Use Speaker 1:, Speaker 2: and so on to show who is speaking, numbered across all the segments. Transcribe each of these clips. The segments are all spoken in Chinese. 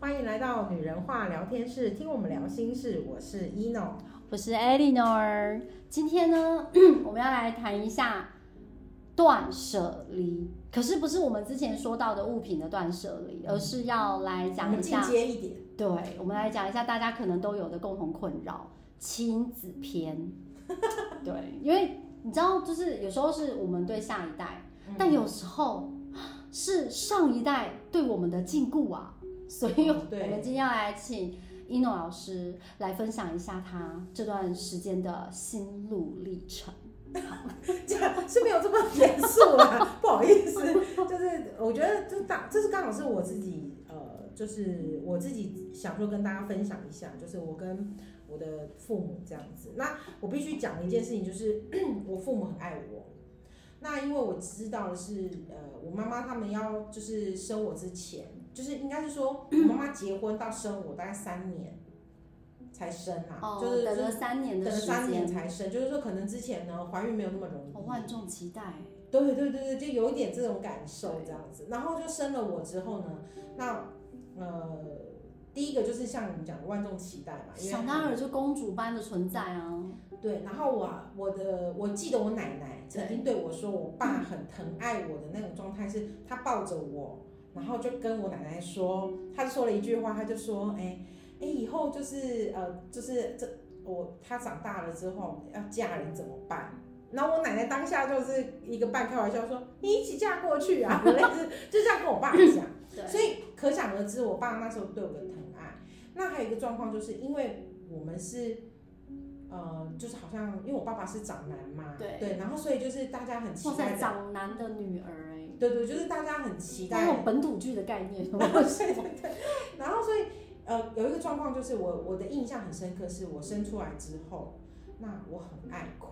Speaker 1: 欢迎来到女人话聊天室，听我们聊心事。我是 ino，
Speaker 2: 我是 Eleanor。今天呢， 我们要来谈一下断舍离，可是不是我们之前说到的物品的断舍离，而是要来
Speaker 1: 我
Speaker 2: 讲
Speaker 1: 们
Speaker 2: 一
Speaker 1: 进
Speaker 2: 下，
Speaker 1: 阶一点，
Speaker 2: 对，我们来讲一下大家可能都有的共同困扰——亲子篇。 对，因为你知道，就是有时候是我们对下一代，
Speaker 1: 嗯
Speaker 2: 但有时候是上一代对我们的禁锢啊，所以
Speaker 1: 哦
Speaker 2: 我
Speaker 1: 对
Speaker 2: 们今天要来请一诺老师来分享一下他这段时间的心路历程。
Speaker 1: 这样是没有这么严肃啦，不好意思，就是我觉得这大这是刚好是我自己呃，就是我自己想说跟大家分享一下，就是我跟我的父母这样子。那我必须讲一件事情，就是 我父母很爱我。那因为我知道的是，呃，我妈妈他们要就是生我之前，就是应该是说我妈妈结婚到生我大概三年才生啊，
Speaker 2: 哦，
Speaker 1: 就是
Speaker 2: 等
Speaker 1: 就
Speaker 2: 了
Speaker 1: 是
Speaker 2: 三年
Speaker 1: 等
Speaker 2: 的
Speaker 1: 了
Speaker 2: 时
Speaker 1: 三年
Speaker 2: 间，
Speaker 1: 才生，就是说可能之前呢怀孕没有那么容易。
Speaker 2: 我哦万众期待。
Speaker 1: 对对对对，就有一点这种感受这样子。然后就生了我之后呢，那呃，第一个就是像我们讲的万众期待嘛，因为嗯
Speaker 2: 想当然就公主般的存在啊，
Speaker 1: 对。然后我啊我的我记得我奶奶曾经对我说，我爸很疼爱我的那种状态是，他抱着我，然后就跟我奶奶说，他说了一句话，他就说，哎哎，以后就是呃就是这我他长大了之后要嫁人怎么办？然后我奶奶当下就是一个半开玩笑说：“你一起嫁过去啊！” 类似就这样跟我爸讲。
Speaker 2: 对，
Speaker 1: 所以可想而知，我爸那时候对我的疼爱。那还有一个状况，就是因为我们是，呃，就是好像因为我爸爸是长男嘛，
Speaker 2: 对
Speaker 1: 然后所以就是大家很期
Speaker 2: 哇
Speaker 1: 待
Speaker 2: 塞，
Speaker 1: 的，
Speaker 2: 长哎男的女儿哎、
Speaker 1: 对对，就是大家很期
Speaker 2: 那
Speaker 1: 待
Speaker 2: 种本土剧的概念，
Speaker 1: 然后所以呃有一个状况就是我我的印象很深刻，是我生出来之后，那我很爱哭，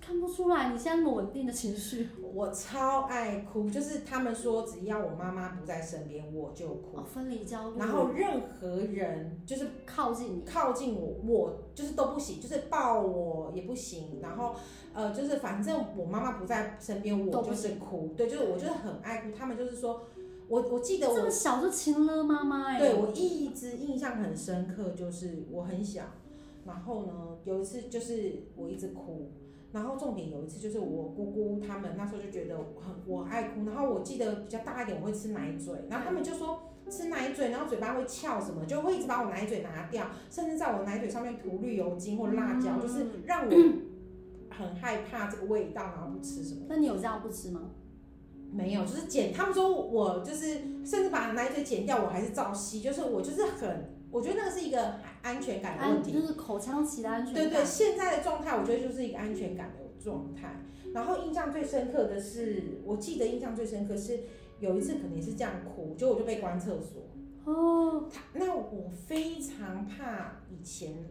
Speaker 2: 看不出来你现在那么稳定的情绪，
Speaker 1: 我超爱哭，就是他们说只要我妈妈不在身边我就哭
Speaker 2: 哦，，分离焦虑，
Speaker 1: 然后任何人就是
Speaker 2: 靠近你，
Speaker 1: 靠近我，我就是都不行，就是抱我也不行，然后呃，就是反正我妈妈不在身边，我
Speaker 2: 都不
Speaker 1: 就是哭，对，就是我就是很爱哭，他们就是说，我我记得
Speaker 2: 这
Speaker 1: 我
Speaker 2: 么小就亲了妈妈哎，
Speaker 1: 对我一直印象很深刻，就是我很小，然后呢，有一次就是我一直哭，然后重点有一次就是我姑姑他们那时候就觉得我很我爱哭，然后我记得比较大一点我会吃奶嘴，然后他们就说吃奶嘴，然后嘴巴会翘什么，就会一直把我奶嘴拿掉，甚至在我奶嘴上面涂绿油精或辣椒，就是让我很害怕这个味道，然后不吃什么。
Speaker 2: 那你有这样不吃吗？
Speaker 1: 没有，就是剪。他们说我就是，甚至把奶嘴剪掉，我还是照吸。就是我就是很，我觉得那个是一个安全感的问
Speaker 2: 安
Speaker 1: 题。
Speaker 2: 就是口腔期的安全
Speaker 1: 对
Speaker 2: 感，
Speaker 1: 对，现在的状态，我觉得就是一个安全感的状态。然后印象最深刻的是，我记得印象最深刻是有一次可能也是这样哭，结果我就被关厕所。
Speaker 2: 哦，
Speaker 1: 他那我非常怕以前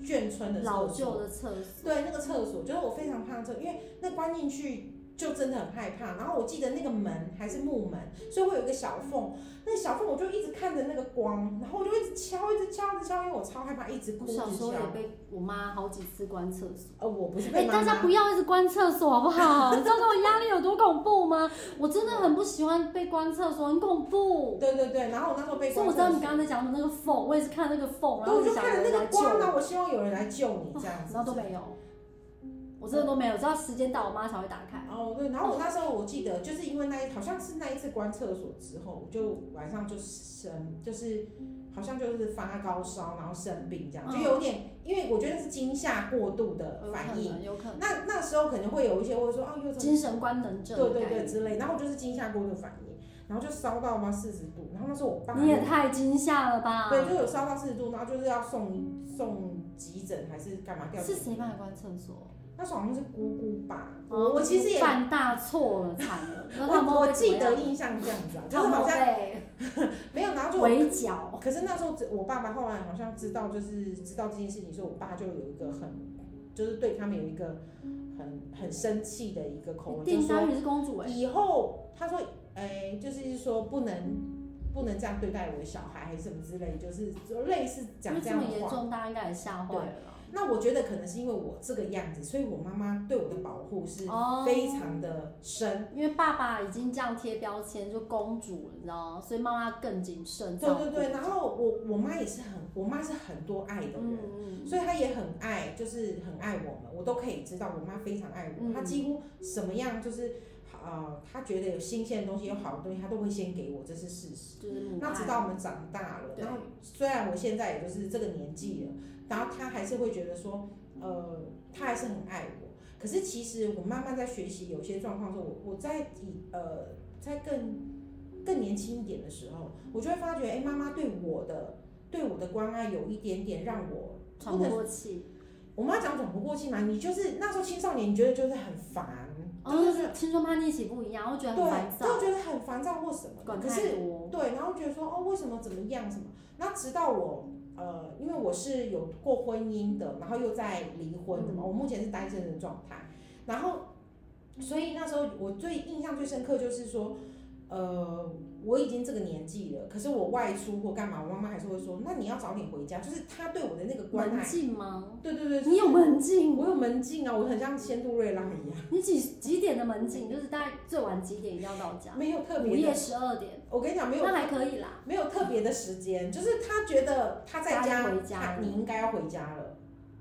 Speaker 1: 眷村的厕所
Speaker 2: 老旧的厕所，
Speaker 1: 对，那个厕所，就是我非常怕厕所，因为那关进去就真的很害怕。然后我记得那个门还是木门，所以会有一个小缝，那个小缝我就一直看着那个光，然后我就一直敲，一直敲，一直敲，因为我超害怕，一直哭，
Speaker 2: 我
Speaker 1: 一直
Speaker 2: 小时候
Speaker 1: 敲
Speaker 2: 也。被我妈好几次关厕所。
Speaker 1: 呃，我不是
Speaker 2: 哎、
Speaker 1: 被妈
Speaker 2: 大家
Speaker 1: 妈，
Speaker 2: 不要一直关厕所好 不好？你知道那种压力有多恐怖吗？我真的很不喜欢被关厕所，很恐怖。
Speaker 1: 对对对，然后我那时候被
Speaker 2: 所以
Speaker 1: 关
Speaker 2: 我
Speaker 1: 厕
Speaker 2: 知道
Speaker 1: 所
Speaker 2: 你，刚刚在讲什么那个缝，我也是看那个缝，然
Speaker 1: 对，
Speaker 2: 后
Speaker 1: 我
Speaker 2: 就
Speaker 1: 就
Speaker 2: 想
Speaker 1: 看
Speaker 2: 有
Speaker 1: 着
Speaker 2: 人
Speaker 1: 那
Speaker 2: 来
Speaker 1: 个
Speaker 2: 救
Speaker 1: 光，啊
Speaker 2: 我，
Speaker 1: 然后我希望有人来救你这样子，
Speaker 2: 然后都没有，我真的都没有，直到时间到，我妈才会打开。
Speaker 1: 哦，对，然后我那时候我记得，就是因为那一好像是那一次关厕所之后，我就晚上就生，就是好像就是发高烧，然后生病这样，就
Speaker 2: 嗯
Speaker 1: 有点，因为我觉得是惊吓过度的
Speaker 2: 有可
Speaker 1: 反应。
Speaker 2: 能，有可能，
Speaker 1: 那那时候可能会有一些会说啊，又怎么
Speaker 2: 精神官能症。
Speaker 1: 对对对。之类，然后就是惊吓过度的反应，然后就烧到嘛四十度，然后那时候我爸
Speaker 2: 你也啊
Speaker 1: 就
Speaker 2: 太惊吓了吧？
Speaker 1: 对，就有烧到四十度，然后就是要送送急诊还是干嘛掉？
Speaker 2: 是谁帮你关厕所？
Speaker 1: 那时候好像是姑姑吧，
Speaker 2: 哦
Speaker 1: 哦我我其实也
Speaker 2: 犯大错了，惨了。那他们
Speaker 1: 我
Speaker 2: 会
Speaker 1: 我
Speaker 2: 怎么
Speaker 1: 记
Speaker 2: 样
Speaker 1: 得，印象这样子啊，就
Speaker 2: 他
Speaker 1: 是
Speaker 2: 们
Speaker 1: 好像
Speaker 2: 被
Speaker 1: 没有，然后就我
Speaker 2: 围剿。
Speaker 1: 可是那时候只我爸爸后来好像知道，就是知道这件事情，所以我爸就有一个很，就是对他们有一个很很生气的一个口吻，就
Speaker 2: 定
Speaker 1: 说
Speaker 2: 章鱼是公主哎、
Speaker 1: 以后他说，哎、就是说不能不能这样对待我的小孩，还是什么之类，就是类似
Speaker 2: 因
Speaker 1: 讲
Speaker 2: 为
Speaker 1: 这
Speaker 2: 这
Speaker 1: 样
Speaker 2: 么
Speaker 1: 的
Speaker 2: 严
Speaker 1: 话。
Speaker 2: 重，大家应该也吓坏了啦。
Speaker 1: 那我觉得可能是因为我这个样子，所以我妈妈对我的保护是
Speaker 2: 哦
Speaker 1: 非常的深。
Speaker 2: 因为爸爸已经这样贴标签，就公主了，你知道吗？所以妈妈更谨慎。
Speaker 1: 对对对，然后我我妈也是很，我妈是很多爱的人。
Speaker 2: 嗯嗯，
Speaker 1: 所以她也很爱，就是很爱我们，我都可以知道，我妈非常爱我，
Speaker 2: 嗯
Speaker 1: 她几乎什么样就是，呃，她觉得有新鲜的东西，有好的东西，她都会先给我，这是事实。
Speaker 2: 就是母
Speaker 1: 那直
Speaker 2: 爱。
Speaker 1: 到我们长大了，
Speaker 2: 对
Speaker 1: 然后虽然我现在也就是这个年纪了，然后她还是会觉得说，呃，她还是很爱我。可是其实我慢慢在学习有些状况的时候，我我在以呃在更更年轻一点的时候，我就会发觉，哎、妈妈对我的对我的关爱有一点点让我
Speaker 2: 喘不过气，
Speaker 1: 我妈讲转不过气嘛，你就是那时候青少年，你觉得就是很烦，
Speaker 2: 哦，
Speaker 1: 就
Speaker 2: 就是是青春叛逆期不一样，会觉得很
Speaker 1: 对，
Speaker 2: 烦
Speaker 1: 就
Speaker 2: 躁，
Speaker 1: 觉得很烦躁或什么的。
Speaker 2: 管
Speaker 1: 可
Speaker 2: 太
Speaker 1: 是
Speaker 2: 多。
Speaker 1: 对，然后觉得说哦，为什么怎么样什么？那直到我呃，因为我是有过婚姻的，然后又在离婚的嘛，
Speaker 2: 嗯
Speaker 1: 我目前是单身的状态，然后所以那时候我最印象最深刻就是说，呃，我已经这个年纪了，可是我外出或干嘛，我妈妈还是会说，那你要早点回家，就是她对我的那个关
Speaker 2: 门
Speaker 1: 爱。
Speaker 2: 禁吗？
Speaker 1: 对对对，
Speaker 2: 你有门禁？
Speaker 1: 我有门禁啊，我很像仙杜瑞拉一样，
Speaker 2: 你几几点的门禁？就是大概最晚几点一定要到家？
Speaker 1: 没有特
Speaker 2: 午
Speaker 1: 别的。
Speaker 2: 夜十二点，
Speaker 1: 我跟你讲，没有
Speaker 2: 那还可以啦。
Speaker 1: 没有特别的时间，就是他觉得他在家，
Speaker 2: 他已经回家
Speaker 1: 他
Speaker 2: 了
Speaker 1: 你应该要回家了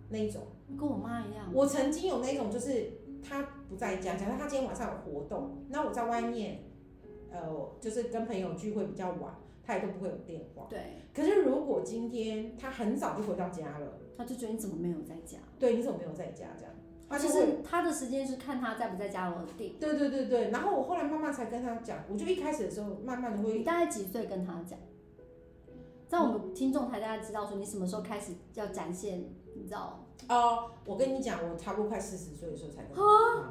Speaker 1: 那一种。
Speaker 2: 跟我妈一样，
Speaker 1: 我曾经有那种，就是他不在家，假设他今天晚上有活动，那我在外面，呃，就是跟朋友聚会比较晚，他也都不会有电话。
Speaker 2: 对，
Speaker 1: 可是如果今天他很早就回到家了，
Speaker 2: 她就觉得你怎么没有在家？
Speaker 1: 对，你怎么没有在家这样？他
Speaker 2: 其
Speaker 1: 就会。
Speaker 2: 实她的时间是看她在不在家而定。
Speaker 1: 对对对对，然后我后来慢慢才跟他讲，我就一开始的时候慢慢的会
Speaker 2: 你大概几岁跟她讲？在我们听众台，大家知道说你什么时候开始要展现，你知道？
Speaker 1: 哦，我跟你讲，我差不多快四十岁的时候才跟他
Speaker 2: 啊
Speaker 1: 讲，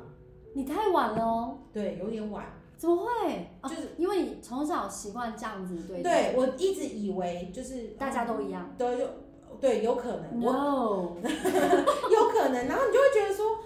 Speaker 2: 你太晚了哦，
Speaker 1: 对，有点晚，
Speaker 2: 怎么会？啊
Speaker 1: 就是
Speaker 2: 因为你从小习惯这样子对待，
Speaker 1: 对我一直以为就是嗯
Speaker 2: 大家都一样。嗯
Speaker 1: 都就对，有可能，我
Speaker 2: No，
Speaker 1: 有可能，然后你就会觉得说，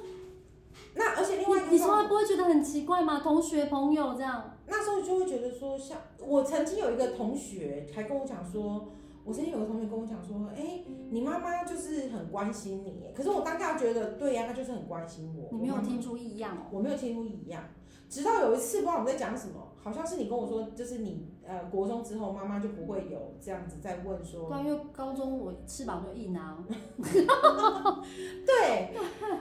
Speaker 1: 那而且另外一
Speaker 2: 你
Speaker 1: 个
Speaker 2: 你从
Speaker 1: 状
Speaker 2: 来不会觉得很奇怪吗？同学朋友这样，
Speaker 1: 那时候就会觉得说，像我曾经有一个同学还跟我讲说。我曾经有个同学跟我讲说，哎、你妈妈就是很关心你耶，可是我当下觉得，对呀、她就是很关心我。
Speaker 2: 你没有
Speaker 1: 我妈妈
Speaker 2: 听出异样哦。
Speaker 1: 我没有听出一样。直到有一次，不知道我们在讲什么，好像是你跟我说，就是你呃国中之后，妈妈就不会有这样子在问说，
Speaker 2: 对，因为高中我翅膀就硬啊，
Speaker 1: 对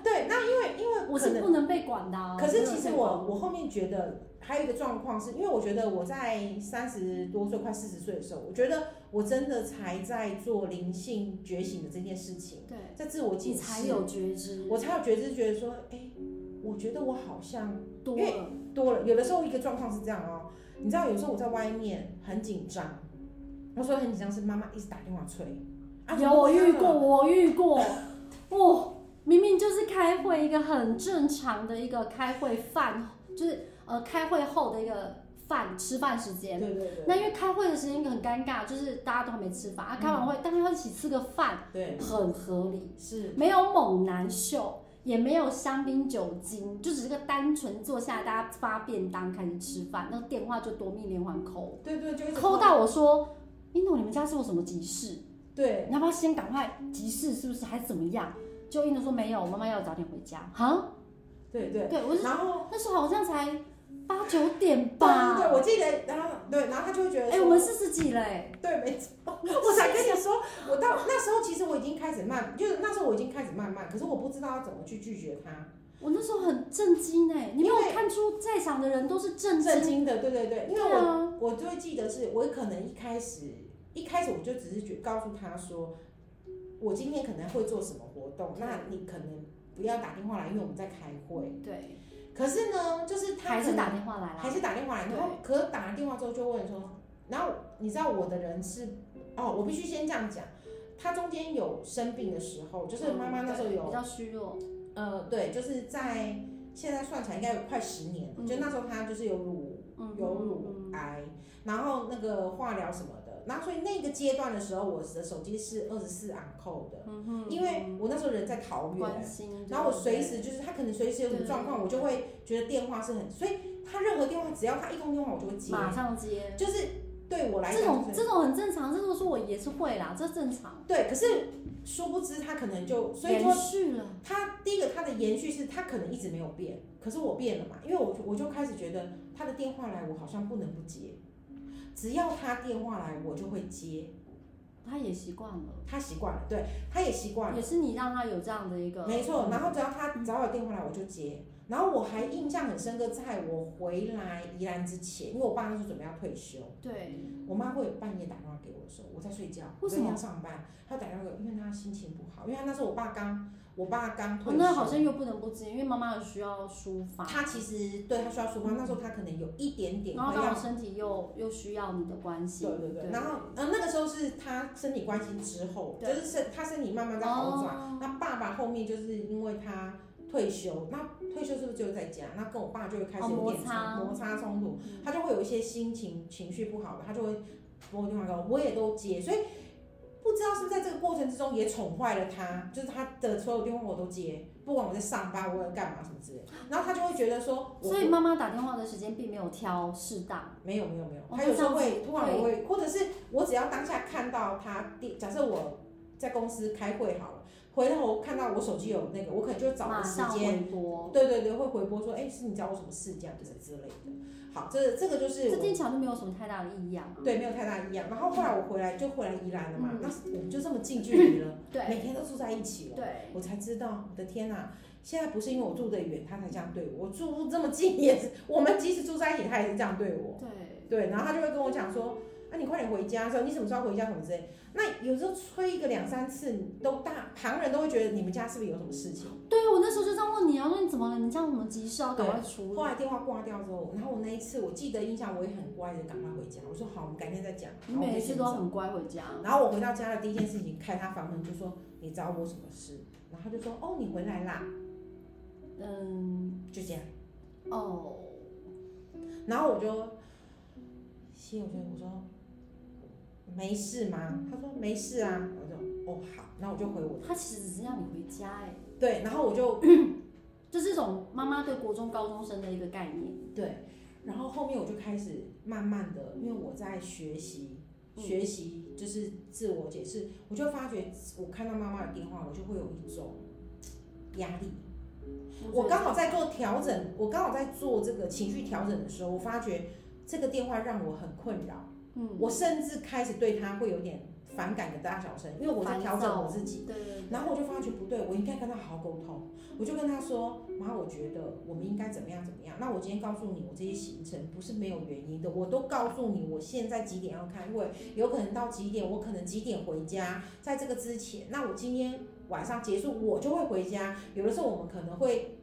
Speaker 1: 对，那因为因为
Speaker 2: 我
Speaker 1: 可
Speaker 2: 是
Speaker 1: 能，
Speaker 2: 不能被管的啊。
Speaker 1: 可是
Speaker 2: 不能
Speaker 1: 其实
Speaker 2: 被
Speaker 1: 我
Speaker 2: 管
Speaker 1: 我后面觉得还有一个状况是，因为我觉得我在三十多岁快四十岁的时候，我觉得我真的才在做灵性觉醒的这件事情，
Speaker 2: 对，
Speaker 1: 在自我解
Speaker 2: 你
Speaker 1: 释，
Speaker 2: 才有觉知，
Speaker 1: 我才有觉知，觉得说，哎、我觉得我好像
Speaker 2: 多
Speaker 1: 因为
Speaker 2: 了，
Speaker 1: 多了。有的时候一个状况是这样哦，你知道，有时候我在外面很紧张，我说很紧张是妈妈一直打电话催，啊，
Speaker 2: 有我遇过，
Speaker 1: 怎么
Speaker 2: 我遇过， 我明明就是开会一个很正常的一个开会饭，就是呃开会后的一个饭吃饭时
Speaker 1: 这
Speaker 2: 间
Speaker 1: 样。对对
Speaker 2: 那
Speaker 1: 对，
Speaker 2: 因为开会的时间很尴尬，就是大家都还没吃饭啊，开完会大家要一起吃个饭，
Speaker 1: 嗯对
Speaker 2: 很合理，
Speaker 1: 是，
Speaker 2: 没有猛男秀，也没有香槟酒精，就只是个单纯坐下来大家发便当开始吃饭，那个电话就夺命连环扣，
Speaker 1: 对对就一直
Speaker 2: 扣到我说，英诺你们家是有什么急事？
Speaker 1: 对
Speaker 2: 你要不要先赶快急事？是不是还是怎么样？就英德说没有，我妈妈要我早点回家。哈，
Speaker 1: 对对，
Speaker 2: 对我是
Speaker 1: 然后
Speaker 2: 那时候好像才八九点
Speaker 1: 对对对，
Speaker 2: 吧。
Speaker 1: 我记得，然后对，然后他就会觉得
Speaker 2: 哎、
Speaker 1: 说，
Speaker 2: 我们四十几嘞、
Speaker 1: 对，没错，我才 跟你说，我到那时候其实我已经开始慢，就是那时候我已经开始慢慢，可是我不知道要怎么去拒绝他，
Speaker 2: 我那时候很震惊哎、你没有
Speaker 1: 因为
Speaker 2: 看出在场的人都是震
Speaker 1: 震
Speaker 2: 惊，
Speaker 1: 惊的，对对对，因为
Speaker 2: 对
Speaker 1: 我
Speaker 2: 啊，
Speaker 1: 我就会记得是，我可能一开始一开始我就只是觉告诉他说，我今天可能会做什么活动，那你可能不要打电话来，因为我们在开会。
Speaker 2: 对，
Speaker 1: 可是呢，就是他
Speaker 2: 还是打
Speaker 1: 可
Speaker 2: 电话来
Speaker 1: 能
Speaker 2: 了，
Speaker 1: 还是打电话来，然后可是打了电话之后就问说，然后你知道我的人是哦，我必须先这样讲，他中间有生病的时候，就是妈妈那时候
Speaker 2: 嗯对
Speaker 1: 有
Speaker 2: 比较虚弱，
Speaker 1: 呃对，就是在现在算起来应该有快十年了，
Speaker 2: 嗯
Speaker 1: 就那时候他就是有乳
Speaker 2: 嗯，
Speaker 1: 有乳癌，然后那个化疗什么的，然后所以那个阶段的时候，我的手机是二十四昂扣的，
Speaker 2: 嗯哼，
Speaker 1: 因为我那时候人在桃
Speaker 2: 关
Speaker 1: 园，
Speaker 2: 心，
Speaker 1: 然后我
Speaker 2: 对不
Speaker 1: 随
Speaker 2: 对
Speaker 1: 时就是他可能随时有什么状况，我就会觉得电话是很，所以他任何电话只要他一通电话我就会接，
Speaker 2: 马上接，
Speaker 1: 就是对我来
Speaker 2: 这
Speaker 1: 讲
Speaker 2: 种
Speaker 1: 就是
Speaker 2: 这种很正常，这种说我也是会啦，这正常，
Speaker 1: 对，可是殊不知他可能就所以
Speaker 2: 延
Speaker 1: 说
Speaker 2: 续了，
Speaker 1: 他第一个他的延续是他可能一直没有变，可是我变了嘛，因为我我就开始觉得他的电话来我好像不能不接，只要他电话来我就会接，
Speaker 2: 他也习惯了，
Speaker 1: 他习惯了，对，他也习惯了。
Speaker 2: 也是你让他有这样的一个，嗯
Speaker 1: 没错，然后只要他只要有电话来我就接，然后我还印象很深刻，在我回来宜兰之前，因为我爸那时候准备要退休，
Speaker 2: 对，
Speaker 1: 我妈会有半夜打电话给我的时候，我在睡觉，
Speaker 2: 为什么
Speaker 1: 我在上班？她打电话给我，因为她心情不好，因为她那时候我爸刚我爸刚
Speaker 2: 哦
Speaker 1: 退休，
Speaker 2: 那好像又不能不接，因为妈妈有需要抒发，
Speaker 1: 他其实对他需要抒发，那时候他可能有一点点
Speaker 2: 嗯然后
Speaker 1: 会
Speaker 2: 刚好
Speaker 1: 要。
Speaker 2: 身体又又需要你的关心，
Speaker 1: 对对对，然后呃那个时候是他身体关系之后，就
Speaker 2: 对
Speaker 1: 是身他身体慢慢在好转。
Speaker 2: 哦，
Speaker 1: 那爸爸后面就是因为他退休，那退休是不是就在家？那跟我爸就会开始
Speaker 2: 哦
Speaker 1: 有
Speaker 2: 摩
Speaker 1: 点
Speaker 2: 擦嗯
Speaker 1: 摩擦冲突，他就会有一些心情情绪不好的，他就会拨电话给我，我也都接，所以不知道是不是在这个过程之中也宠坏了他，就是他的所有电话我都接，不管我在上班，我在干嘛什么之类的，然后他就会觉得说，我
Speaker 2: 所以妈妈打电话的时间并没有挑适当，
Speaker 1: 没有没有没有
Speaker 2: 哦，
Speaker 1: 他有时候
Speaker 2: 那这样
Speaker 1: 会
Speaker 2: 子
Speaker 1: 突然我会，或者是我只要当下看到他电，假设我在公司开会好了，回头看到我手机有那个，我可能就找
Speaker 2: 马
Speaker 1: 个时
Speaker 2: 上
Speaker 1: 间，
Speaker 2: 回拨，
Speaker 1: 对对对，会回拨说，哎、是你找我什么事这样子之类的。好，这这个就是
Speaker 2: 这
Speaker 1: 我
Speaker 2: 听起来就没有什么太大的异样啊，
Speaker 1: 对没有太大异样。然后后来我回来就回来宜兰了嘛，
Speaker 2: 嗯
Speaker 1: 那我们就这么近距离了，每
Speaker 2: 对
Speaker 1: 天都住在一起了。
Speaker 2: 对，
Speaker 1: 我才知道，我的天呐、现在不是因为我住得远，他才这样对我。我住这么近也是，我们即使住在一起，他也是这样对我。
Speaker 2: 对，
Speaker 1: 对，然后他就会跟我讲说，啊，你快点回家，说你什么时候回家什么之类。那有时候催一个两三次，都大旁人都会觉得你们家是不是有什么事情？
Speaker 2: 对我那时候就这样问你啊，说你怎么了？你这样我们急事啊要赶快处理
Speaker 1: 后。来电话挂掉之后，然后我那一次我记得印象，我也很乖的赶快回家，我说好，我们改天再讲。
Speaker 2: 你
Speaker 1: 然后我就
Speaker 2: 每一次
Speaker 1: 先
Speaker 2: 都
Speaker 1: 走。
Speaker 2: 很乖回家，
Speaker 1: 然后我回到家的第一件事情，开他房门就说你找我什么事？然后他就说哦，你回来啦，
Speaker 2: 嗯，
Speaker 1: 就这样。
Speaker 2: 哦，
Speaker 1: 然后我就心有觉得我说没事吗？他说没事啊。我就哦好，那我就回我
Speaker 2: 他其实只是让你回家，哎，
Speaker 1: 对，然后我就
Speaker 2: 这是一种妈妈对国中高中生的一个概念，
Speaker 1: 对，然后后面我就开始慢慢的，因为我在学习，
Speaker 2: 嗯
Speaker 1: 学习就是自我解释，我就发觉我看到妈妈的电话，我就会有一种压力。我
Speaker 2: 觉得
Speaker 1: 刚好在做调整，我刚好在做这个情绪调整的时候，我发觉这个电话让我很困扰，
Speaker 2: 嗯，
Speaker 1: 我甚至开始对它会有点反感的大小声，因为我在
Speaker 2: 烦
Speaker 1: 调整
Speaker 2: 躁
Speaker 1: 我自己。
Speaker 2: 对对对，
Speaker 1: 然后我就发觉不对，我应该跟他好好沟通。我就跟他说：“妈，我觉得我们应该怎么样怎么样。那我今天告诉你，我这些行程不是没有原因的，我都告诉你我现在几点要开会，有可能到几点，我可能几点回家。在这个之前，那我今天晚上结束我就会回家。有的时候我们可能会。”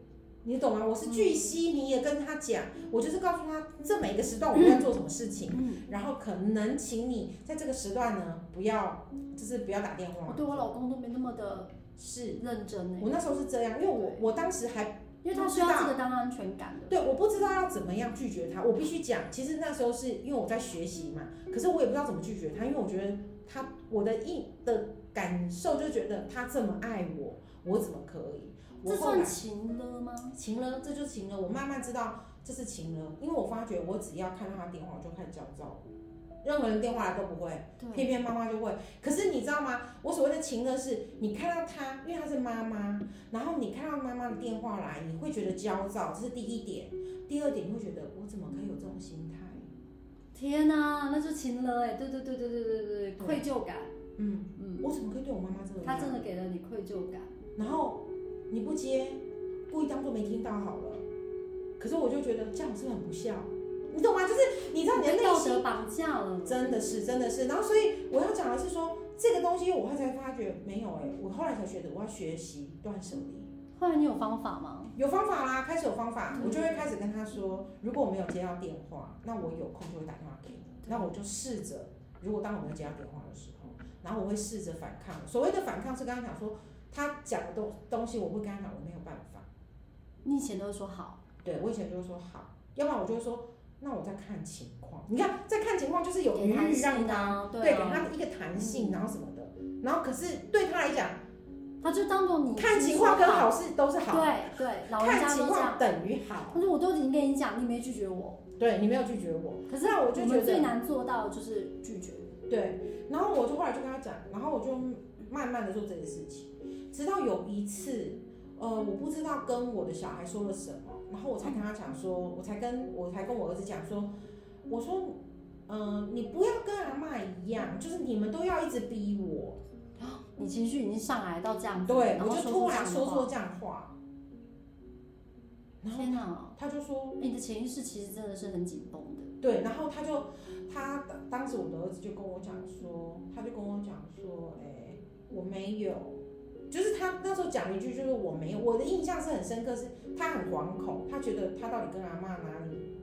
Speaker 1: 你懂吗？我是
Speaker 2: 嗯
Speaker 1: 巨蜥，你也跟他讲，我就是告诉他这每个时段我们在做什么事情，
Speaker 2: 嗯，
Speaker 1: 然后可能请你在这个时段呢，不要就是不要打电话
Speaker 2: 我。对我老公都没那么的
Speaker 1: 是，
Speaker 2: 认真哎，
Speaker 1: 我那时候是这样，因为我我当时还
Speaker 2: 因为他需要这个当安全感的，
Speaker 1: 对我不知道要怎么样拒绝他，我必须讲，其实那时候是因为我在学习嘛，可是我也不知道怎么拒绝他，因为我觉得他我的一的感受就觉得他这么爱我，我怎么可以？我
Speaker 2: 这
Speaker 1: 后来
Speaker 2: 算情了吗？
Speaker 1: 情了，这就是情了，我慢慢知道这是情了，因为我发觉我只要看到他电话我就开始焦躁，任何人电话来都不会。
Speaker 2: 对，
Speaker 1: 偏偏妈妈就会。可是你知道吗？我所谓的情呢，是你看到她，因为她是妈妈，然后你看到妈妈的电话来，你会觉得焦躁，这是第一点。第二点，你会觉得我怎么可以有这种心态？
Speaker 2: 天哪，那就情了哎，对对对对对对对，
Speaker 1: 对
Speaker 2: 愧疚感，
Speaker 1: 嗯，
Speaker 2: 嗯，
Speaker 1: 我怎么可以对我妈妈这个
Speaker 2: 他
Speaker 1: 样？
Speaker 2: 真的给了你愧疚感，
Speaker 1: 然后你不接，故意当做没听到好了。可是我就觉得这样是不是很不孝，你懂吗？就是你知道你的内
Speaker 2: 道
Speaker 1: 心
Speaker 2: 德绑架了，
Speaker 1: 真的是，真的是。然后，所以我要讲的是说，这个东西我后来才发觉没有哎、我后来才觉得我要学习断舍离。
Speaker 2: 后来你有方法吗？
Speaker 1: 有方法啦，开始有方法
Speaker 2: 嗯，
Speaker 1: 我就会开始跟他说，如果我没有接到电话，那我有空就会打电话给你，那我就试着，如果当我没有接到电话的时候，然后我会试着反抗。所谓的反抗是跟他讲说，他讲的东东西，我会跟他讲我没有办法。
Speaker 2: 你以前都会说好，
Speaker 1: 对我以前就会说好，要不然我就会说，那我再看情况。你看，再看情况就是有余
Speaker 2: 给弹
Speaker 1: 裕
Speaker 2: 性
Speaker 1: 让他，
Speaker 2: 啊，
Speaker 1: 对，给
Speaker 2: 啊，
Speaker 1: 他一个弹性，然后什么的。然后可是对他来讲，
Speaker 2: 他就当做你
Speaker 1: 看情况跟好事都是好，
Speaker 2: 对对，老人
Speaker 1: 看
Speaker 2: 家
Speaker 1: 情
Speaker 2: 都这样。
Speaker 1: 况等于好。
Speaker 2: 他说我都已经跟你讲，你没拒绝我，
Speaker 1: 对你没有拒绝我，
Speaker 2: 可是
Speaker 1: 那我就觉
Speaker 2: 们最
Speaker 1: 得
Speaker 2: 难做到的就是拒绝。
Speaker 1: 对，然后我就后来就跟他讲，然后我就慢慢的做这件事情，直到有一次，呃，我不知道跟我的小孩说了什么，然后我才跟他讲说，我才跟我才跟我儿子讲说，我说，呃，你不要跟阿妈一样，就是你们都要一直逼我，
Speaker 2: 啊你情绪已经上来到这样子，
Speaker 1: 对，
Speaker 2: 然
Speaker 1: 我
Speaker 2: 后
Speaker 1: 就
Speaker 2: 说
Speaker 1: 突
Speaker 2: 出这
Speaker 1: 然
Speaker 2: 样的
Speaker 1: 说
Speaker 2: 话
Speaker 1: 出这样的话，然后
Speaker 2: 天哪，
Speaker 1: 他就说，
Speaker 2: 你的潜意识其实真的是很紧绷的。
Speaker 1: 对，然后他就他当时我的儿子就跟我讲说，他就跟我讲说，哎、我没有，就是他那时候讲了一句，就是我没有，我的印象是很深刻，是他很惶恐，他觉得他到底跟阿妈哪里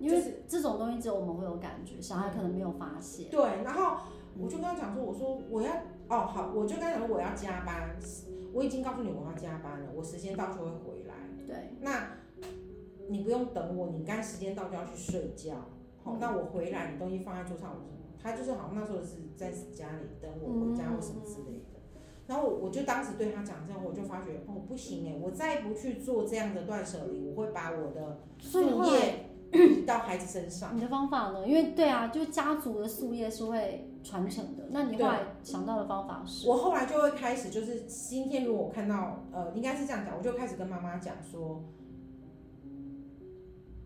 Speaker 2: 因
Speaker 1: 就
Speaker 2: 为这种东西只有我们会有感觉，小孩可能没有发现。
Speaker 1: 对，然后我就跟他讲说，我说我要哦好，我就跟他讲说我要加班，我已经告诉你我要加班了，我时间到就会回来。
Speaker 2: 对，
Speaker 1: 那你不用等我，你该时间到就要去睡觉。好、
Speaker 2: 嗯
Speaker 1: 那我回来，你东西放在桌上，我就他就是好像那时候是在家里等我回家或什么
Speaker 2: 嗯
Speaker 1: 之类的。然后我我就当时对他讲这样，我就发觉哦不行哎、我再不去做这样的断舍离，我会把我的
Speaker 2: 所以
Speaker 1: 树
Speaker 2: 后来
Speaker 1: 叶 移到孩子身上。
Speaker 2: 你的方法呢？因为对啊，就家族的树叶是会传承的。那你后来想到的方法是？
Speaker 1: 我后来就会开始，就是今天如果我看到呃，应该是这样讲，我就开始跟妈妈讲说，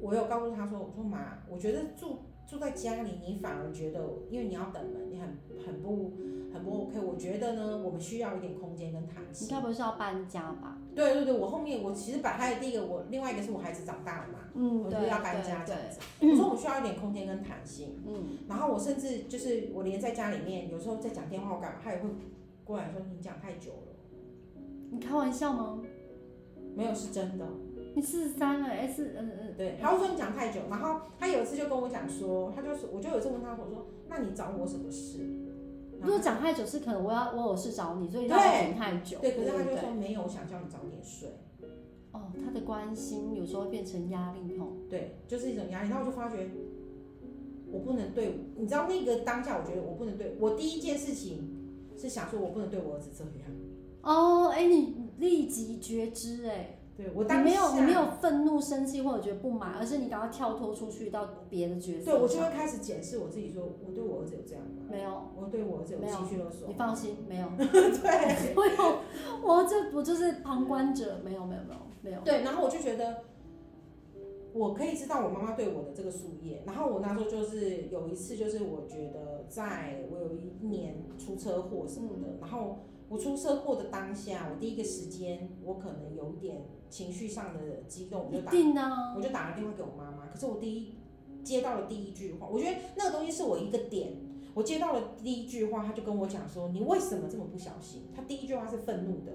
Speaker 1: 我有告诉她说，我说妈，我觉得住住在家里，你反而觉得，因为你要等门，你很很不很不 OK。我觉得呢，我们需要一点空间跟弹
Speaker 2: 你
Speaker 1: 性
Speaker 2: 该。不会是要搬家吧？
Speaker 1: 对对对，我后面我其实把他的第一个，我另外一个是我孩子长大了嘛，
Speaker 2: 嗯，
Speaker 1: 我
Speaker 2: 对
Speaker 1: 就要搬家
Speaker 2: 对
Speaker 1: 这样
Speaker 2: 对，
Speaker 1: 子。我说我需要一点空间跟弹性。
Speaker 2: 嗯，
Speaker 1: 然后我甚至就是我连在家里面，有时候在讲电话我干嘛，他也会过来说你讲太久了，
Speaker 2: 你开玩笑吗？
Speaker 1: 没有是真的。
Speaker 2: 你四十三了，哎，是嗯嗯，
Speaker 1: 对，他会说你讲太久，然后他有一次就跟我讲说，他就是我就有一次问他我说，那你找我什么事？
Speaker 2: 如
Speaker 1: 然后
Speaker 2: 果讲太久是可能我要我有事找你，所以
Speaker 1: 对
Speaker 2: 让我等太久。
Speaker 1: 对，可是他
Speaker 2: 对
Speaker 1: 就
Speaker 2: 不对
Speaker 1: 说没有，我想叫你早点睡。
Speaker 2: 哦，他的关心有时候会变成压力吼。
Speaker 1: 对，就是一种压力。然后我就发觉我不能对，你知道那个当下，我觉得我不能对我第一件事情是想说我不能对我儿子这样。
Speaker 2: 哦，哎，你立即觉知，哎，
Speaker 1: 对我
Speaker 2: 你
Speaker 1: 当
Speaker 2: 没有你
Speaker 1: 下
Speaker 2: 没有愤怒、生气或者觉得不满，而是你赶快跳脱出去到别的角色
Speaker 1: 对我就
Speaker 2: 上
Speaker 1: 会开始检视我自己说我对我儿子有这样吗？
Speaker 2: 没有，
Speaker 1: 我对我儿子有
Speaker 2: 没有
Speaker 1: 情绪勒索
Speaker 2: 你，放心，没有，
Speaker 1: 对
Speaker 2: 我有，我这我就是旁观者，没有，没有，没有，没有。
Speaker 1: 对，然后我就觉得我可以知道我妈妈对我的这个树叶，然后我那时候就是有一次，就是我觉得在我有一年出车祸什么
Speaker 2: 嗯
Speaker 1: 的，然后我出车祸的当下，我第一个时间我可能有点情绪上的激动，我就
Speaker 2: 一
Speaker 1: 打
Speaker 2: 定的啊
Speaker 1: 我，就打了电话给我妈妈，可是我第一接到了第一句话，我觉得那个东西是我一个点。我接到了第一句话，他就跟我讲说：“你为什么这么不小心？”他第一句话是愤怒的，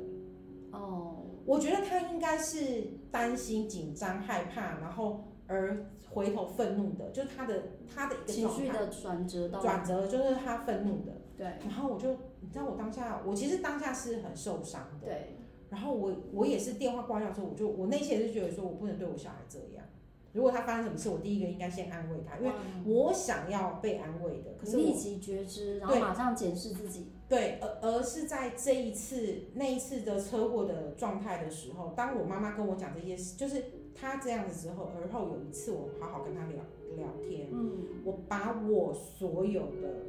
Speaker 2: 哦，
Speaker 1: 我觉得他应该是担心、紧张、害怕，然后而回头愤怒的，就是他的他的一个
Speaker 2: 情
Speaker 1: 状
Speaker 2: 绪
Speaker 1: 态
Speaker 2: 的转折到
Speaker 1: 转折，就是他愤怒的。
Speaker 2: 对
Speaker 1: 然后我就，你知道我当下，我其实当下是很受伤的。
Speaker 2: 对，
Speaker 1: 然后我我也是电话挂掉之后，我就我内心也是觉得说我不能对我小孩这样。如果他发生什么事，我第一个应该先安慰他，因为
Speaker 2: 哇
Speaker 1: 我想要被安慰的。可
Speaker 2: 你
Speaker 1: 是
Speaker 2: 立
Speaker 1: 我
Speaker 2: 即觉知，然后
Speaker 1: 对
Speaker 2: 马上检视自己，
Speaker 1: 对，而而是在这一次那一次的车祸的状态的时候，当我妈妈跟我讲这些事，就是她这样子之后，而后有一次我好好跟她聊聊天，
Speaker 2: 嗯，
Speaker 1: 我把我所有的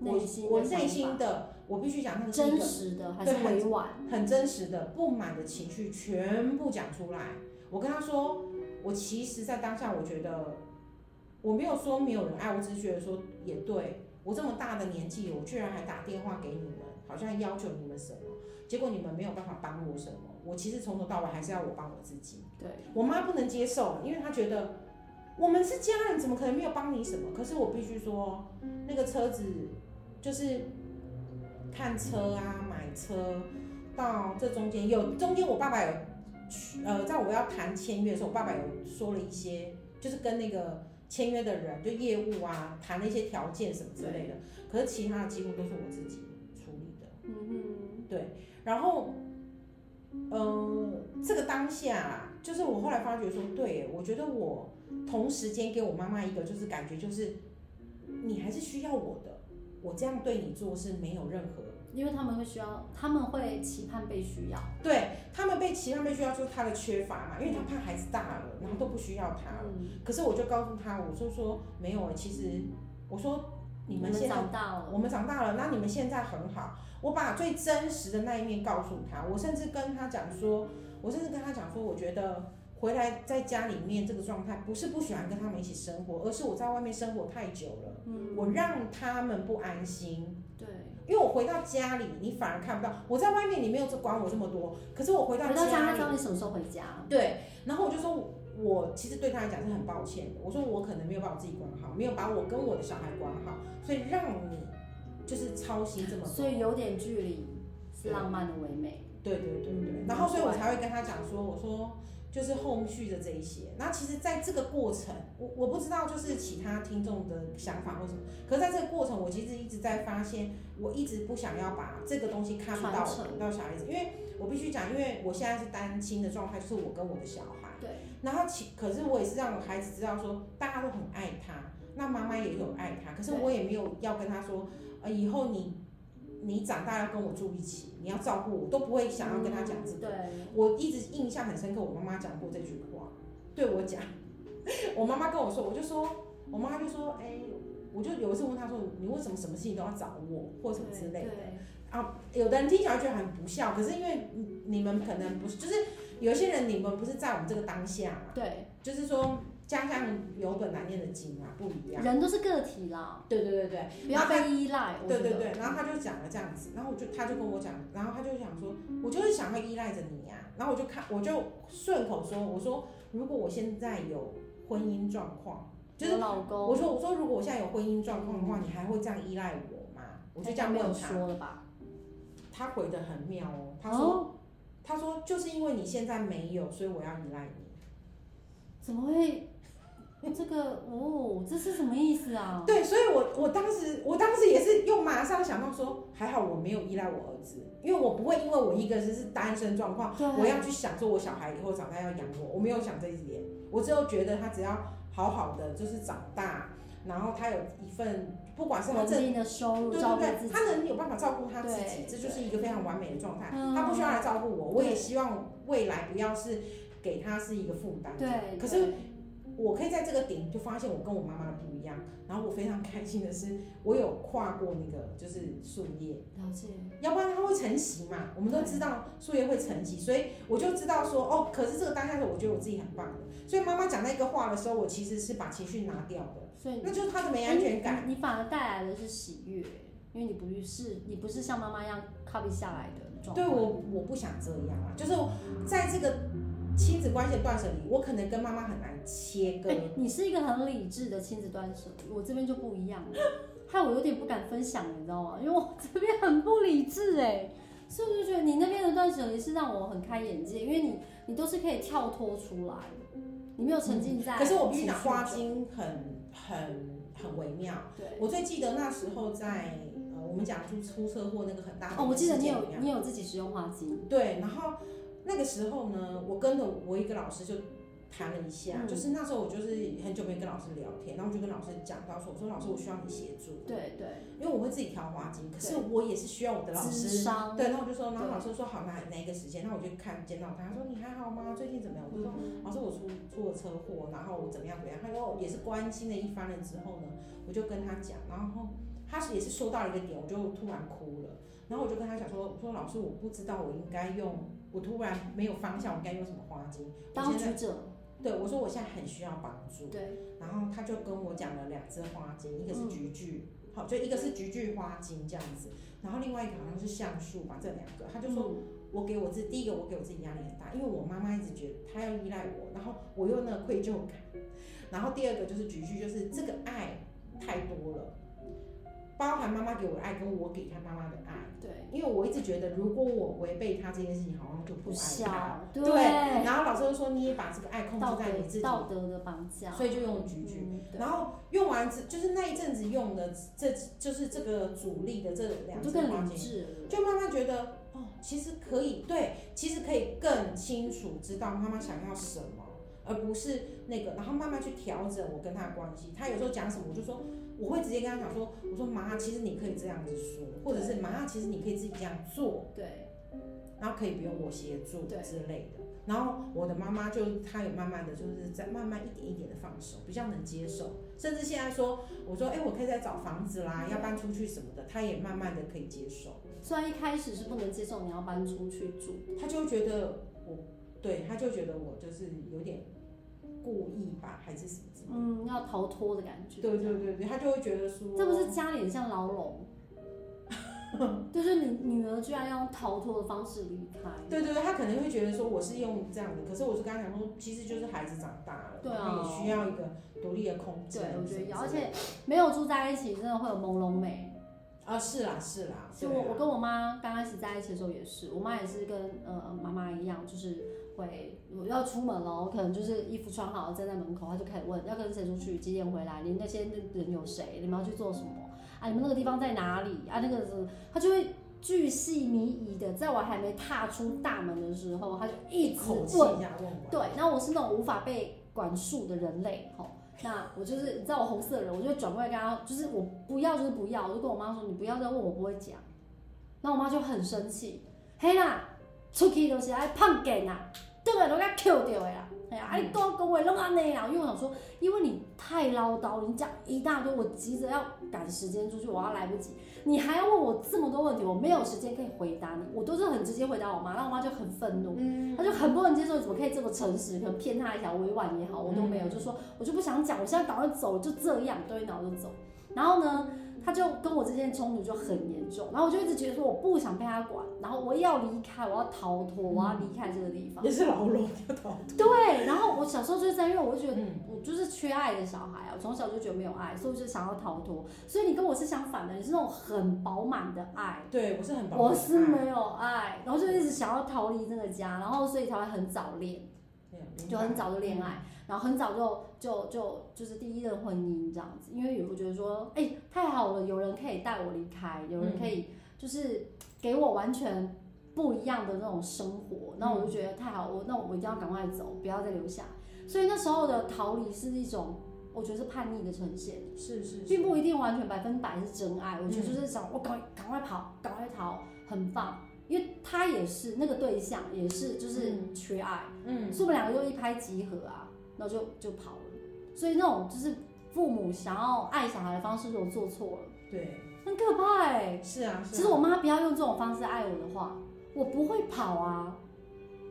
Speaker 1: 我
Speaker 2: 内心的
Speaker 1: 我
Speaker 2: 想
Speaker 1: 内
Speaker 2: 法
Speaker 1: 心的，我必须讲那个是一
Speaker 2: 真
Speaker 1: 个
Speaker 2: 实的还
Speaker 1: 对
Speaker 2: 是委婉，
Speaker 1: 很真实的不满的情绪全部讲出来。我跟她说，我其实，在当下我觉得我没有说没有人爱，我只是觉得说也对我这么大的年纪，我居然还打电话给你们，好像要求你们什么，结果你们没有办法帮我什么。我其实从头到尾还是要我帮我自己。
Speaker 2: 对，
Speaker 1: 我妈不能接受，因为她觉得我们是家人，怎么可能没有帮你什么？可是我必须说，那个车子就是看车啊，买车到这中间有中间，我爸爸有呃，在我要谈签约的时候，我爸爸有说了一些，就是跟那个签约的人就业务啊谈了一些条件什么之类的，可是其他的几乎都是我自己处理的。
Speaker 2: 嗯
Speaker 1: 然后，呃，这个当下啊就是我后来发觉说，对我觉得我同时间给我妈妈一个就是感觉就是，你还是需要我的，我这样对你做是没有任何
Speaker 2: 哼，因为他们会需要，他们会期盼被需要，
Speaker 1: 对他们被其他被需要就是他的缺乏嘛，因为他怕孩子大了，然后都不需要他了。
Speaker 2: 嗯，
Speaker 1: 啊可是我就告诉他，我就说没有，其实我说你
Speaker 2: 你
Speaker 1: 们
Speaker 2: 们
Speaker 1: 现在
Speaker 2: 长大了，
Speaker 1: 我们长大了，那你们现在很好。我把最真实的那一面告诉他，我甚至跟他讲说，我甚至跟他讲说，我觉得回来在家里面这个状态，不是不喜欢跟他们一起生活，而是我在外面生活太久了，
Speaker 2: 嗯，
Speaker 1: 我让他们不安心。
Speaker 2: 对，
Speaker 1: 因为我回到家里，你反而看不到。我在外面，你没有管我这么多，可是我回到
Speaker 2: 回到家
Speaker 1: 家
Speaker 2: 他
Speaker 1: 里
Speaker 2: 知，道你什么时候回家，
Speaker 1: 对，然后我就说，我其实对他来讲是很抱歉的。我说我可能没有把我自己管好，没有把我跟我的小孩管好，所以让你就是操心这么多。
Speaker 2: 所以有点距离是浪漫的唯美，
Speaker 1: 对对对对
Speaker 2: 嗯，
Speaker 1: 然后所以我才会跟他讲说，我说就是后续的这一些。那其实，在这个过程，我我不知道就是其他听众的想法或什么，可是在这个过程，我其实一直在发现，我一直不想要把这个东西看到
Speaker 2: 传承
Speaker 1: 到小孩子，因为我必须讲，因为我现在是单亲的状态，就是我跟我的小孩。
Speaker 2: 对，
Speaker 1: 然后其可是我也是让我孩子知道说，大家都很爱他，那妈妈也有爱他，可是
Speaker 2: 对
Speaker 1: 我也没有要跟他说，呃，以后你你长大要跟我住一起，你要照顾我，都不会想要跟他讲这个。
Speaker 2: 嗯对，
Speaker 1: 我一直印象很深刻，我妈妈讲过这句话， 对我讲，我妈妈跟我说，我就说，我妈就说，哎、我就有一次问她说，你为什么什么事情都要找我，或什么之类的。
Speaker 2: 对，
Speaker 1: 啊，有的人听起来会觉得很不孝，可是因为你你们可能不是，就是有一些人你们不是在我们这个当下嘛，
Speaker 2: 对，
Speaker 1: 就是说家乡有本难念的经啊，不一样。
Speaker 2: 人都是个体啦，
Speaker 1: 对对对对
Speaker 2: 不要被依赖，我
Speaker 1: 对
Speaker 2: 觉
Speaker 1: 对
Speaker 2: 得，
Speaker 1: 对，然后他就讲了这样子，然后我就他就跟我讲，然后他就想说，我就是想要依赖着你啊，然后我就看我就顺口说，我说如果我现在有婚姻状况，就是
Speaker 2: 我老公，
Speaker 1: 我说我说如果我现在有婚姻状况的话，你还会这样依赖我吗？我就这样
Speaker 2: 嗯没有
Speaker 1: 问他，
Speaker 2: 说了吧，
Speaker 1: 他回的很妙哦，他说、
Speaker 2: 哦，
Speaker 1: 他说就是因为你现在没有，所以我要依赖你。
Speaker 2: 哦怎么会？这个哦，这是什么意思啊？
Speaker 1: 对，所以我我当时我当时也是又马上想到说，还好我没有依赖我儿子，因为我不会因为我一个人是单身状况，
Speaker 2: 对，
Speaker 1: 啊我要去想说我小孩以后长大要养我，我没有想这一点，我只有觉得他只要好好的就是长大，然后他有一份不管是他
Speaker 2: 稳
Speaker 1: 正。
Speaker 2: 定的收入，
Speaker 1: 对
Speaker 2: 照
Speaker 1: 对
Speaker 2: 顾
Speaker 1: 对，
Speaker 2: 自己，
Speaker 1: 他能有办法照顾他自己
Speaker 2: 对，
Speaker 1: 这就是一个非常完美的状态。
Speaker 2: 嗯
Speaker 1: 他不需要来照顾我，我也
Speaker 2: 对
Speaker 1: 希望未来不要是给他是一个负担。
Speaker 2: 嗯对，
Speaker 1: 可是我可以在这个点就发现我跟我妈妈的不一样，然后我非常开心的是，我有跨过那个就是树叶，
Speaker 2: 对了解，
Speaker 1: 要不然它会成型嘛，我们都知道树叶会成型，所以我就知道说哦，可是这个当下的我觉得我自己很棒的，所以妈妈讲那个话的时候，我其实是把情绪拿掉的，
Speaker 2: 所以你
Speaker 1: 那就是她的没安全感。
Speaker 2: 你你反而带来的是喜悦，因为你不是你不是像妈妈一样 copy 下来的状态。
Speaker 1: 对我，我不想这样啊，就是在这个亲子关系的断舍离，我可能跟妈妈很难切割
Speaker 2: 哎、。你是一个很理智的亲子断舍离，我这边就不一样了，害我有点不敢分享，你知道吗？因为我这边很不理智哎、所以我就觉得你那边的断舍离是让我很开眼界，因为你你都是可以跳脱出来的，你没有沉浸在、
Speaker 1: 嗯可是我必须讲，花，精很很很微妙。
Speaker 2: 对，
Speaker 1: 我最记得那时候在呃，我们讲出出车祸那个很大的
Speaker 2: 哦，我记得你
Speaker 1: 事
Speaker 2: 有
Speaker 1: 件一样
Speaker 2: 你有自己使用花精，
Speaker 1: 对，然后那个时候呢，我跟着我一个老师就谈了一下，
Speaker 2: 嗯
Speaker 1: 就是那时候我就是很久没跟老师聊天，然后我就跟老师讲到说，我说老师我需要你协助，
Speaker 2: 对对，
Speaker 1: 因为我会自己调花精，可是
Speaker 2: 对
Speaker 1: 我也是需要我的老
Speaker 2: 智
Speaker 1: 师。
Speaker 2: 商，
Speaker 1: 对，然后我就说，然后
Speaker 2: 对
Speaker 1: 老师说好哪哪一个时间，那我就看见到他，他说你还好吗？最近怎么样？我就说
Speaker 2: 嗯
Speaker 1: 老师，我出出了车祸，然后我怎么样怎么样，他就也是关心了一番了之后呢，我就跟他讲，然后他也是说到一个点，我就突然哭了，然后我就跟他讲说，我说老师，我不知道我应该用，我突然没有方向，我应该用什么花精，我
Speaker 2: 当
Speaker 1: 现在
Speaker 2: 局者，
Speaker 1: 对我说我现在很需要帮助，
Speaker 2: 对，
Speaker 1: 然后他就跟我讲了两支花精，一个是
Speaker 2: 嗯
Speaker 1: 菊苣，好，就一个是菊苣花精这样子，然后另外一个好像是橡树吧，这两个，他就说
Speaker 2: 嗯
Speaker 1: 我给我自第一个，我给我自己压力很大，因为我妈妈一直觉得她要依赖我，然后我又那个愧疚感。然后第二个就是菊苣，就是这个爱太多了，包含妈妈给我的爱跟我给她妈妈的爱，
Speaker 2: 对，
Speaker 1: 因为我一直觉得如果我违背她这件事情，好像就不
Speaker 2: 不
Speaker 1: 爱她。
Speaker 2: 孝，
Speaker 1: 对，然后老师就说你也把这个爱控制
Speaker 2: 道
Speaker 1: 在你
Speaker 2: 德
Speaker 1: 自己，
Speaker 2: 道德的绑架，
Speaker 1: 所以就用菊苣。
Speaker 2: 嗯对
Speaker 1: 然后用完之，就是那一阵子用的这，就是这个主力的这两
Speaker 2: 我就
Speaker 1: 支花
Speaker 2: 更
Speaker 1: 精
Speaker 2: 理，智了，
Speaker 1: 就慢慢觉得，哦，其实可以，对，其实可以更清楚知道妈妈想要什么，而不是那个，然后慢慢去调整我跟她的关系。她有时候讲什么，我就说，我会直接跟她讲说，我说妈，其实你可以这样子说，或者是妈，其实你可以自己这样做，
Speaker 2: 对，
Speaker 1: 然后可以不用我协助
Speaker 2: 对
Speaker 1: 之类的。然后我的妈妈就她有慢慢的就是在慢慢一点一点的放手，比较能接受，甚至现在说我说哎、我可以再找房子啦，要搬出去什么的，她也慢慢的可以接受，
Speaker 2: 虽然一开始是不能接受你要搬出去住，
Speaker 1: 她就觉得我对，她就觉得我就是有点故意吧，还是什么之类的。
Speaker 2: 嗯，要逃脱的感觉。
Speaker 1: 对对对对，她就会觉得说
Speaker 2: 这不是家里很像 牢笼，就是你女儿居然要用逃脱的方式离开。
Speaker 1: 对对对，他可能会觉得说我是用这样的，可是我是跟他讲说，其实就是孩子长大了，
Speaker 2: 对
Speaker 1: 他
Speaker 2: 啊
Speaker 1: 也需要一个独立的空间
Speaker 2: 对，
Speaker 1: 什么
Speaker 2: 我
Speaker 1: 之
Speaker 2: 觉
Speaker 1: 类
Speaker 2: 得
Speaker 1: 的。
Speaker 2: 有，而且没有住在一起，真的会有朦胧美。
Speaker 1: 啊，是啦是啦，
Speaker 2: 其实
Speaker 1: 对
Speaker 2: 我
Speaker 1: 啊
Speaker 2: 我跟我妈刚开始在一起的时候也是，我妈也是跟呃妈妈一样，就是会我要出门了，可能就是衣服穿好了站在门口，她就开始问要跟谁出去，几点回来，你那些人有谁，你们要去做什么啊？你们那个地方在哪里啊？那个是她就会巨细靡遗的，在我还没踏出大门的时候，她就一
Speaker 1: 一
Speaker 2: 直
Speaker 1: 口气
Speaker 2: 问
Speaker 1: 一下问完，
Speaker 2: 对，那我是那种无法被管束的人类，吼。那我就是，你知道我红色的人，我就会转过来跟他，就是我不要就是不要，我就跟我妈说，你不要再问我，不会讲。然后我妈就很生气，嘿啦，出去就是爱胖见啦，对来都给他 Q 掉的啦，哎
Speaker 1: 嗯
Speaker 2: 呀、啊你讲讲话拢安尼啦，因为我想说，因为你太唠叨，你讲一大堆，我急着要赶时间出去，我要来不及，你还要问我这么多问题，我没有时间可以回答你，我都是很直接回答我妈，然后我妈就很愤怒，
Speaker 1: 嗯，
Speaker 2: 他就很不能接受，你怎么可以这么诚实？可能骗他一条委婉也好，我都没有，
Speaker 1: 嗯
Speaker 2: 就说我就不想讲，我现在赶快走，就这样，对，然后我就走。然后呢，
Speaker 1: 嗯
Speaker 2: 他就跟我之间的冲突就很严重，然后我就一直觉得说我不想被他管，然后我要离开，我要逃脱，我
Speaker 1: 嗯
Speaker 2: 要离开这个地方。
Speaker 1: 也是牢笼要逃
Speaker 2: 对，然后我小时候就是在因为我就觉得
Speaker 1: 嗯
Speaker 2: 我就是缺爱的小孩啊，我从小就觉得没有爱，所以我就想要逃脱。所以你跟我是相反的，你是那种很饱满的爱。
Speaker 1: 对我是很保护
Speaker 2: 我是
Speaker 1: 爱
Speaker 2: 没有爱，然后就一直想要逃离这个家，然后所以才会很早恋，
Speaker 1: 对哎明白
Speaker 2: 就很早就恋爱，然后很早就就就就是第一任婚姻这样子，因为有我觉得说，哎、太好了，有人可以带我离开，有人可以就是给我完全不一样的那种生活，那我就觉得太好，我那我一定要赶快走，不要再留下。所以那时候的逃离是一种，我觉得是叛逆的呈现。
Speaker 1: 是是是
Speaker 2: 并不一定完全百分百是真爱。我觉得就是想，我赶快赶快跑，赶快逃，很棒。因为他也是那个对象，也是就是缺爱，
Speaker 1: 嗯
Speaker 2: 所以我们两个就一拍即合啊，然后就就跑了。所以那种就是父母想要爱小孩的方式，如果做错了，
Speaker 1: 对
Speaker 2: 很可怕哎、
Speaker 1: 是啊
Speaker 2: 其
Speaker 1: 是
Speaker 2: 实
Speaker 1: 啊，
Speaker 2: 我妈不要用这种方式爱我的话，我不会跑啊。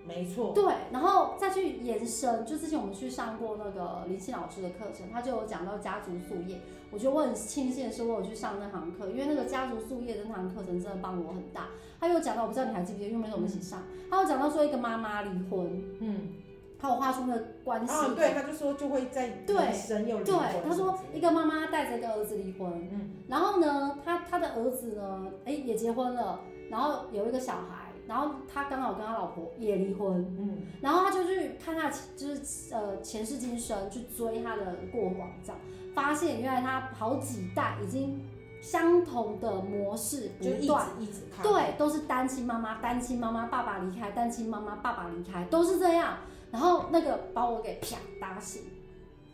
Speaker 1: 没错
Speaker 2: 对，然后再去延伸，就之前我们去上过那个林庆老师的课程，他就有讲到家族宿业，我觉得我很庆幸的是我有去上那堂课，因为那个家族宿业的那堂课程真的帮我很大。他有讲到，我不知道你还记不记得，因为没有我们一起上，他有讲到说一个妈妈离婚，
Speaker 1: 嗯
Speaker 2: 他有画出那个关系，
Speaker 1: 啊对他就说就会在
Speaker 2: 对
Speaker 1: 神有灵
Speaker 2: 对
Speaker 1: 魂，
Speaker 2: 他说一
Speaker 1: 个
Speaker 2: 个妈妈带着一个儿子离婚，
Speaker 1: 嗯
Speaker 2: 然后呢，他他的儿子呢，哎也结婚了，然后有一个小孩，然后他刚好跟他老婆也离婚，
Speaker 1: 嗯
Speaker 2: 然后他就去看他的前就是呃前世今生，去追他的过往，这样发现原来他好几代已经相同的模式
Speaker 1: 就一
Speaker 2: 不
Speaker 1: 直
Speaker 2: 断，
Speaker 1: 一直看
Speaker 2: 对，都是单亲妈妈，单亲妈妈爸爸离开，单亲妈妈爸爸离开，都是这样。然后那个把我给啪打醒，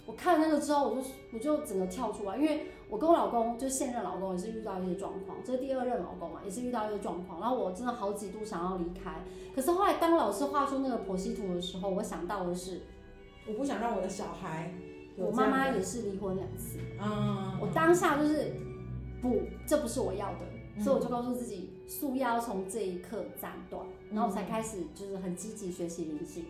Speaker 2: 我看了那个之后，我就我就整个跳出来，因为我跟我老公就现任老公也是遇到一些状况，这是第二任老公嘛，也是遇到一些状况，然后我真的好几度想要离开，可是后来当老师画出那个婆媳图的时候，我想到的是，
Speaker 1: 我不想让我的小孩有
Speaker 2: 我
Speaker 1: 这
Speaker 2: 妈
Speaker 1: 样
Speaker 2: 妈
Speaker 1: 的
Speaker 2: 也是离婚两次，
Speaker 1: 嗯
Speaker 2: 我当下就是不，这不是我要
Speaker 1: 嗯
Speaker 2: 的，所以我就告诉自己，素要从这一刻斩断，然后我才
Speaker 1: 嗯
Speaker 2: 开始就是很积极学习灵性，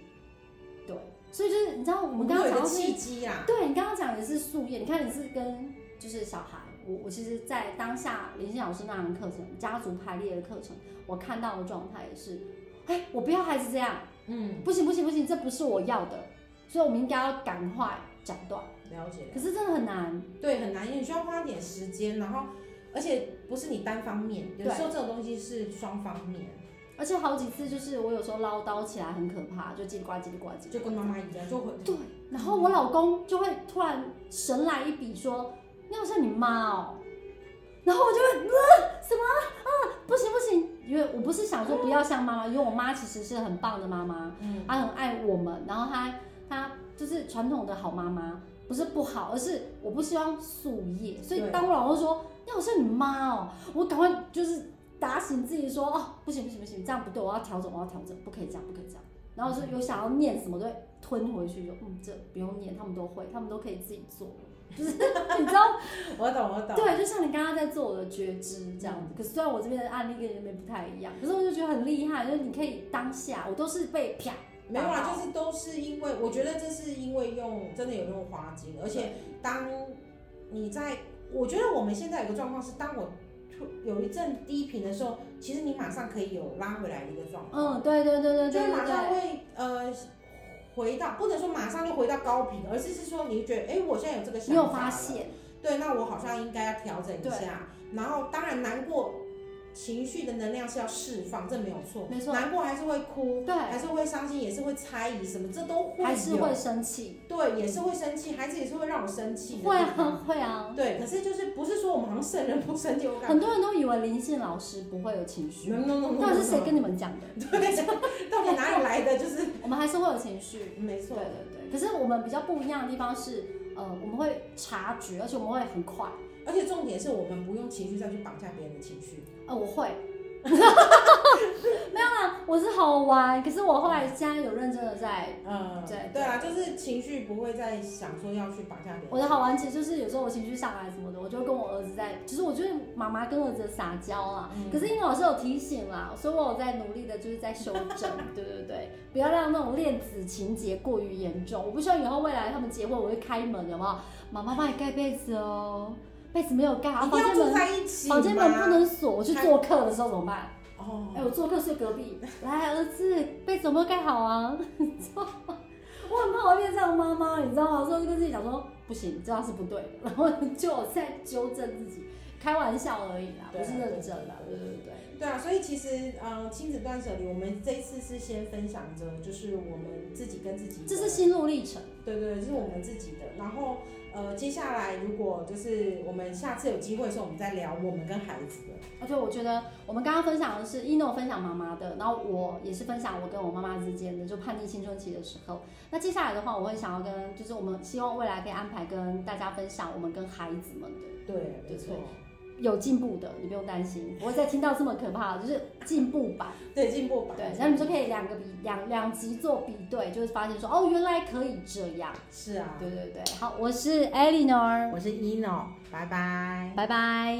Speaker 2: 对，所以就是你知道我
Speaker 1: 我
Speaker 2: 们刚刚
Speaker 1: 有一
Speaker 2: 讲
Speaker 1: 个
Speaker 2: 到是
Speaker 1: 契机啊啦，
Speaker 2: 对你刚刚讲的是素业，你看你是跟就是小孩，我我其实，在当下林欣老师那堂课程家族排列的课程，我看到的状态也是，哎、我不要孩子这样，
Speaker 1: 嗯
Speaker 2: 不行不行不行，这不是我要的，所以我们应该要赶快斩断。
Speaker 1: 了解了解
Speaker 2: 可是真的很难，
Speaker 1: 对，很难，因为你需要花点时间，然后而且不是你单方面，有
Speaker 2: 对
Speaker 1: 时候这种东西是双方面，
Speaker 2: 而且好几次就是我有时候唠叨起来很可怕，就叽里呱叽里呱叽里呱。
Speaker 1: 就跟妈妈一样， 就会
Speaker 2: 对，然后我老公就会突然神来一笔说：“你好像你妈哦。” 然后我就会、呃、什么啊不行不行，因为我不是想说不要像妈妈，因为我妈其实是很棒的妈妈，
Speaker 1: 嗯
Speaker 2: 她很爱我们，然后她她就是传统的好妈妈，不是不好，而是我不希望夙业。所以
Speaker 1: 对
Speaker 2: 当我老公说：“你好像你妈哦”，我赶快就是打醒自己说哦，不行不行不行，这样不对，我要调整，我要调整，不可以这样，不可以这样。然
Speaker 1: 嗯
Speaker 2: 后就有想要念什么，都会吞回去，就嗯，这不用念，他们都会，他们都可以自己做，就是 你知道，
Speaker 1: 我懂我懂，
Speaker 2: 对，就像你刚刚在做我的觉知
Speaker 1: 嗯
Speaker 2: 这样子。可是虽然我这边的案例跟你那边不太一样，可是我就觉得很厉害，就是你可以当下，我都是被啪，
Speaker 1: 没有啦，就是都是因为我觉得这是因为用真的有用花精，而且当你在，我觉得我们现在有个状况是，当我突有一阵低频的时候，其实你马上可以有拉回来的一个状况，
Speaker 2: 嗯，对对对对
Speaker 1: 哦就
Speaker 2: 对
Speaker 1: 是马
Speaker 2: 对
Speaker 1: 上
Speaker 2: 对，
Speaker 1: 会呃回到，不能说马上就回到高频，而是是说你觉得，哎、我现在有这个想法，
Speaker 2: 你有发，现，
Speaker 1: 对，那我好像应该要调整一
Speaker 2: 对
Speaker 1: 下，然后当然难过。情绪的能量是要释放，这没有错。
Speaker 2: 没错
Speaker 1: 难过还是会哭，还
Speaker 2: 对，
Speaker 1: 是会伤心，也是会猜疑什么，这都会有
Speaker 2: 还是会生气，
Speaker 1: 对，也是会生气，孩子也是会让我生气的地
Speaker 2: 会
Speaker 1: 方。
Speaker 2: 啊会啊，
Speaker 1: 对，可是就是不是说我们好像圣人不生气，我感
Speaker 2: 很多人都以为灵性老师不会有情绪
Speaker 1: 觉，no no no no，
Speaker 2: 到底是谁跟你们讲的？
Speaker 1: 对，到底哪里来的？就是
Speaker 2: 我们还是会有情绪，
Speaker 1: 没
Speaker 2: 对
Speaker 1: 错，
Speaker 2: 对对。可是我们比较不一样的地方是，呃，我们会察觉，而且我们会很快。
Speaker 1: 而且重点是我们不用情绪再去绑架别人的情绪。
Speaker 2: 呃，我会。 没有啦，我是好玩。可是我后来现在有认真的在，
Speaker 1: 嗯，
Speaker 2: 对
Speaker 1: 对啊，就是情绪不会再想说要去绑架别人。
Speaker 2: 我的好玩其实就是有时候我情绪上来什么的，我就跟我儿子在，其实我就是妈妈跟儿子撒娇啦。
Speaker 1: 嗯
Speaker 2: 可是英老师有提醒啦，所以我有在努力的就是在修正，对对对，不要让那种恋子情节过于严重。我不希望以后未来他们结婚，我会开门，有没有？妈妈帮你盖被子哦，被子没有盖，好
Speaker 1: 一
Speaker 2: 房
Speaker 1: 定要
Speaker 2: 间
Speaker 1: 住
Speaker 2: 门
Speaker 1: 在一起吗，
Speaker 2: 房间门不能锁，我去做客的时候怎么办？
Speaker 1: 哦
Speaker 2: 哎、，我做客睡隔壁， 来儿子被子有没有盖好啊？你知道吗 我很怕我变这样的妈妈，你知道吗？所以我就跟自己讲说，不行，这样是不对的， 然后就有在纠正自己，开玩笑而已啦，不
Speaker 1: 对啊
Speaker 2: 是认真啦，对
Speaker 1: 对
Speaker 2: 对对，
Speaker 1: 对啊，所以其实呃，亲子断舍离，我们这一次是先分享着，就是我们自己跟自己的，
Speaker 2: 这是心路历程，
Speaker 1: 对对，对这是我们自己的。然后呃，接下来如果就是我们下次有机会的时候，我们再聊我们跟孩子的。
Speaker 2: 而且我觉得我们刚刚分享的是一诺分享妈妈的，然后我也是分享我跟我妈妈之间的，就叛逆青春期的时候。那接下来的话，我会想要跟，就是我们希望未来可以安排跟大家分享我们跟孩子们的。
Speaker 1: 对，
Speaker 2: 对
Speaker 1: 没错，
Speaker 2: 有进步的，你不用担心，不会再听到这么可怕的，就是进步版。
Speaker 1: 对进步吧。
Speaker 2: 对，然后你就可以两个比两两集做比对，就会发现说哦，原来可以这样。
Speaker 1: 是啊，
Speaker 2: 对对对，好，我是 Eleanor，
Speaker 1: 我是 ino，拜拜。
Speaker 2: 拜拜。